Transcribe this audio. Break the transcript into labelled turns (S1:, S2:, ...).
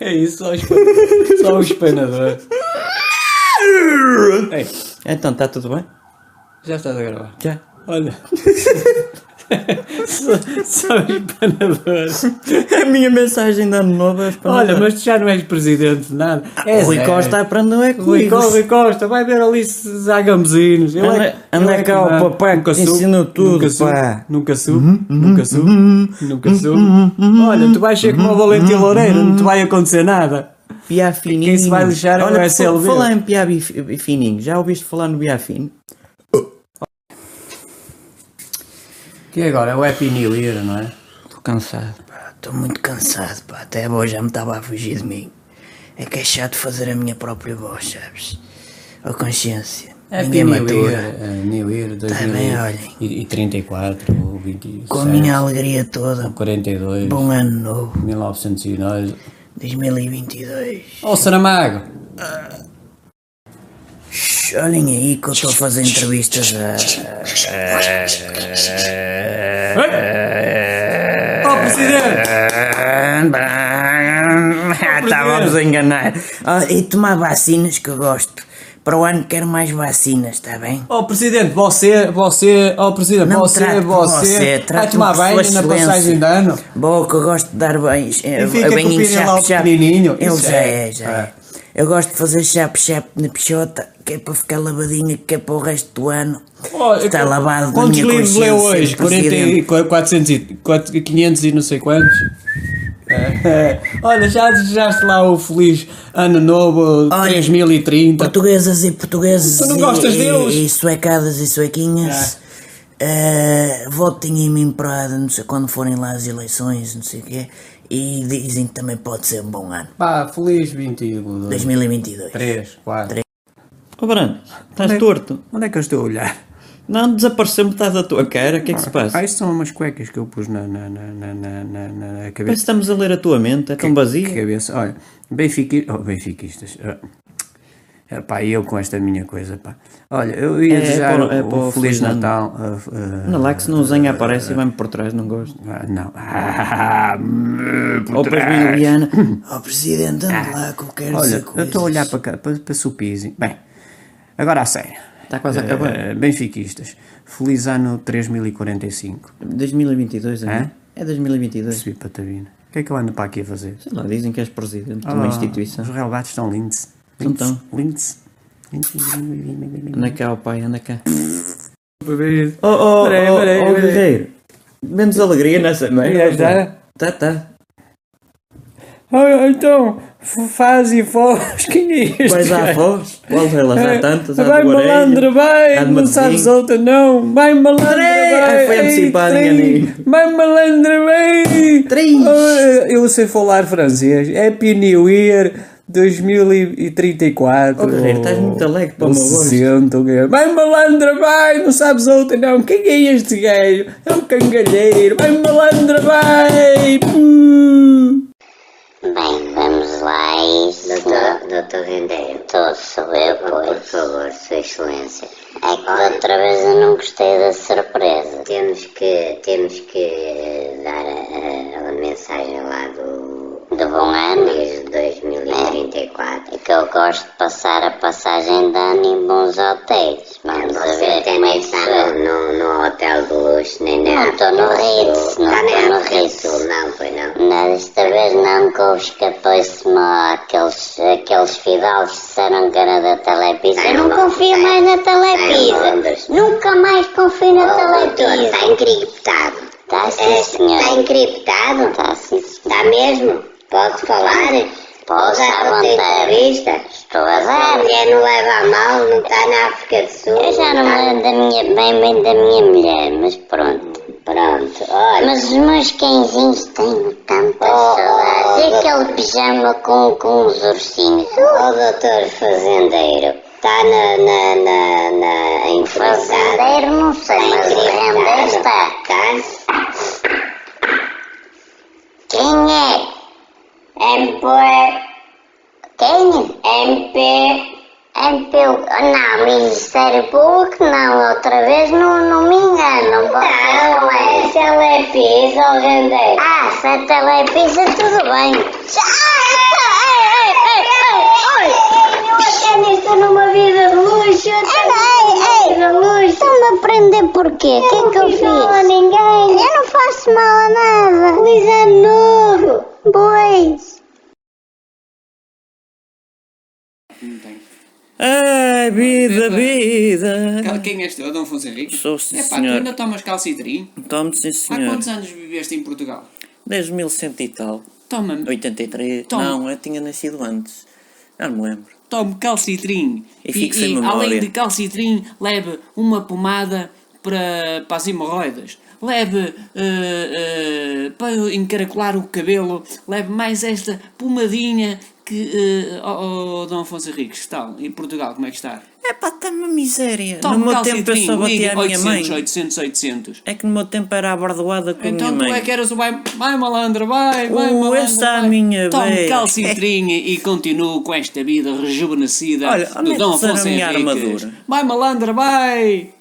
S1: É isso, só o espanador. só o espanador. Ei,
S2: Então, está tudo bem?
S1: já estás a gravar.
S2: Já?
S1: Olha. só, só o espanador.
S2: A minha mensagem de ano novo é
S1: Olha, mas tu já não és presidente de nada. És,
S2: Rui Costa aprendeu é
S1: Rui
S2: comigo.
S1: Costa, Rui Costa, vai ver ali se se há gambuzinos. Eu é que-
S2: Anda- anda
S1: eu é que
S2: cá, o
S1: não.
S2: papai
S1: Nunca
S2: que
S1: soube,
S2: ensina tudo,
S1: nunca soube,
S2: pá. Uhum,
S1: Nunca soube, nunca soube, nunca soube. Olha, tu vais ser como o Valentim Loureiro, não te
S2: Uhum,
S1: vai acontecer nada.
S2: Piá fininho.
S1: Quem se vai lixar é o
S2: Olha, por
S1: SLB.
S2: Falar em piá bif- fininho, já ouviste falar no piá fino?
S1: Que agora é o Happy New Year, não é?
S2: Estou cansado.
S3: Estou muito cansado, pá. Até a voz já me estava a fugir de mim. É que é chato fazer a minha própria voz, sabes? A consciência.
S1: É
S3: Ninguém matura.
S1: New Year
S3: é. Tá bem, olhem.
S1: 2034 ou 27,
S3: Com a minha alegria toda.
S1: 42,
S3: Bom ano novo.
S1: 1909.
S3: 2022.
S1: Ó oh, Saramago!
S3: Shhh, olhem aí que eu estou a fazer entrevistas a...
S1: Ó oh, Presidente!
S3: Estávamos Ah, a enganar. Ah, e tomar vacinas que eu gosto. Para o ano quero mais vacinas, está bem?
S1: Ó oh, Presidente, você, você, ó oh, Presidente,
S3: Não me
S1: você,
S3: trate de
S1: você, vai
S3: trate-me
S1: tomar
S3: de Sua
S1: banho na
S3: Excelência.
S1: passagem de ano?
S3: Boa, que eu gosto de dar banhos. E
S1: fica com o
S3: banhinho
S1: pirinha lá, o
S3: chape-chape.
S1: pequenininho.
S3: Ele
S1: Isso
S3: já
S1: é.
S3: é, já é. Eu gosto de fazer chape-chape na pichota, que é para ficar lavadinha, que é para o resto do ano.
S1: Ó,
S3: Está
S1: eu-
S3: lavado da
S1: Quantos
S3: minha
S1: livros leu
S3: consciência,
S1: hoje? 40,
S3: Presidente.
S1: e- 400 e, 4, 500 e não sei quantos? É. Olha, já desejaste lá o feliz ano novo
S3: Olha,
S1: 2030?
S3: Portuguesas e portugueses.
S1: Tu não
S3: e-
S1: gostas
S3: e,
S1: deles? É.
S3: E suecadas e suequinhas. eh, votem em mim para não sei quando forem lá as eleições, não sei o quê. E dizem que também pode ser um bom ano.
S1: Pá, feliz um, 22,
S3: 2022.
S1: 3, 4.
S2: Ó Brando, estás torto?
S1: Onde é que eu estou a olhar?
S2: Não, desapareceu metade da tua cara, o que é que se passa?
S1: Ah, isto são umas cuecas que eu pus na, na, na, na, na, na- na
S2: Parece que
S1: cabeça.
S2: estamos a ler a tua mente, é tão vazia.
S1: Cabeça, olha, benfiqui, oh, benfiquistas. ah, pá, e eu com esta minha coisa, pá. Olha, eu ia
S2: É, é
S1: desejar
S2: para o- é
S1: o-
S2: para
S1: o
S2: o
S1: Feliz
S2: Feliz Ano.
S1: Natal. ah, f- ah,
S2: Anda lá que se não o Zenha aparece e vai-me por trás, não gosto.
S1: ah, não. Ah,
S2: Ou depois vem o Viana.
S3: Ó presidente,
S1: Ah.
S3: ande lá que eu quero
S1: olha,
S3: dizer
S1: eu
S3: coisas.
S1: estou a olhar para cá, para, para Supisi. Bem, agora a sério.
S2: Está Tá quase a acabar.
S1: Ah, benfiquistas, feliz ano 3045.
S2: 2022,
S1: Hã?
S2: é? É 2022.
S1: Subi para a Tabina. O que é que eu ando para aqui a fazer?
S2: Sei lá, dizem que és presidente de
S1: Ah,
S2: uma instituição.
S1: Os relevados estão lindos.
S2: Então.
S1: Lindos. Lindos.
S2: Anda cá, ó pai, anda cá.
S1: Lindos.
S2: Oh, oh,
S1: Peraí,
S2: oh,
S1: peraí,
S2: oh,
S1: peraí.
S2: guerreiro. Menos alegria nessa merda.
S1: Já está?
S2: Tá, tá.
S1: Ah, então, f- faz e foz, quem é este?
S2: Pois há
S1: gajo? É,
S2: fós, qual delas há tantas, há
S1: vai
S2: de orelha.
S1: malandra,
S2: há
S1: vai,
S2: de
S1: não
S2: matozinho.
S1: sabes outra não, vai malandra,
S2: Ei,
S1: vai,
S2: ai, foi antecipado,
S1: ei,
S2: enganei.
S1: três. vai malandra, vai,
S2: Três.
S1: Ah, eu sei falar francês, Happy New Year 2034,
S2: Oh, guerreiro, estás muito alegre para o
S1: ou
S2: meu gosto.
S1: 60, ou quê. vai malandra, vai, não sabes outra não, quem é este gajo? É um cangalheiro, vai malandra, vai, Puh.
S4: Bem, vamos lá a isto. Doutor, doutor Rendeiro. Estou, sou eu, pois. Por favor, Sua Excelência. É que outra vez eu não gostei da surpresa. Temos que, temos que eh, dar a, a- a mensagem lá do, do bom ano. Desde 2034. É que eu gosto de passar a passagem de ano em bons hotéis. Vamos a ver como é que está no, no hotel de luxo, nem Não, estou no Ritz. Não, estou no Ritz. Não, foi não. Não, desta vez não, que eu escapei-se-me aqueles, aqueles fidalgos que disseram que era da Telepisa. Eu não confio mais na Telepisa. Nunca mais confio na Telepisa. Está tá encriptado. Está Tá assim, sim, senhor. Está É. encriptado? Está sim, Está mesmo? Pode falar? né? Posso à vontade. Estou a dar. Ninguém não leva a mal, não está na África do Sul. Eu já não tá? me lembro da minha, bem bem da minha mulher, mas pronto. Pronto, olha. Oh, Mas os meus cãezinhos têm tanta saudade. E aquele pijama com, com os ursinhos. O Oh, doutor fazendeiro está na, na, na, na infância. Fazendeiro não sei, mas o rendeiro está. Quem é? MP. Quem? MP. MP. Não, Ministério Público, não, outra vez não, não me engano. Não, é é Telepisa, alguém Ah, se é Telepisa, tudo bem. Ah, Eu até nisto estou numa vida de luxo. um Ei, ei, ei. Então Estão-me a prender porquê? O que é que eu fiz? mal a ninguém. Eu não faço mal a nada. Feliz ano novo. Bois.
S2: Ai, vida, vida.
S5: Cal- Quem és tu? É o Dom Afonso Henrique?
S2: Sou, sim,
S5: Epá, tu
S2: senhor.
S5: ainda tomas calcitrim?
S2: Tome, sim,
S5: Há
S2: senhor.
S5: quantos anos viveste em Portugal?
S2: 10.100 e tal.
S5: Toma-me
S2: 83.
S5: Toma.
S2: Não, eu tinha nascido antes. Já não me lembro.
S5: tome calcitrim.
S2: E fico sem memória.
S5: além de calcitrim, leve uma pomada para, para as hemorroidas. Leve eh, eh, para encaracolar o cabelo. Leve mais esta pomadinha que. eh, oh, oh, Dom Afonso Henriques, que tal? Em Portugal, como é que está?
S2: É pá, está uma miséria.
S5: Tome
S2: no meu
S5: calcitrim,
S2: tempo eu só batia a
S5: ligue
S2: minha mãe.
S5: 800, 800, 800.
S2: É que no meu tempo era abordoada com a
S5: Então
S2: minha
S5: tu
S2: mãe.
S5: é que eras o vai, vai malandro, vai, vai
S2: Uh,
S5: malandro.
S2: essa é a
S5: vai.
S2: minha
S5: Tome
S2: vez.
S5: calcitrinha e continuo com esta vida rejuvenescida
S2: Olha,
S5: do
S2: onde é
S5: Dom
S2: que será a
S5: Afonso
S2: minha
S5: Henriques.
S2: armadura?
S5: Vai malandro, vai.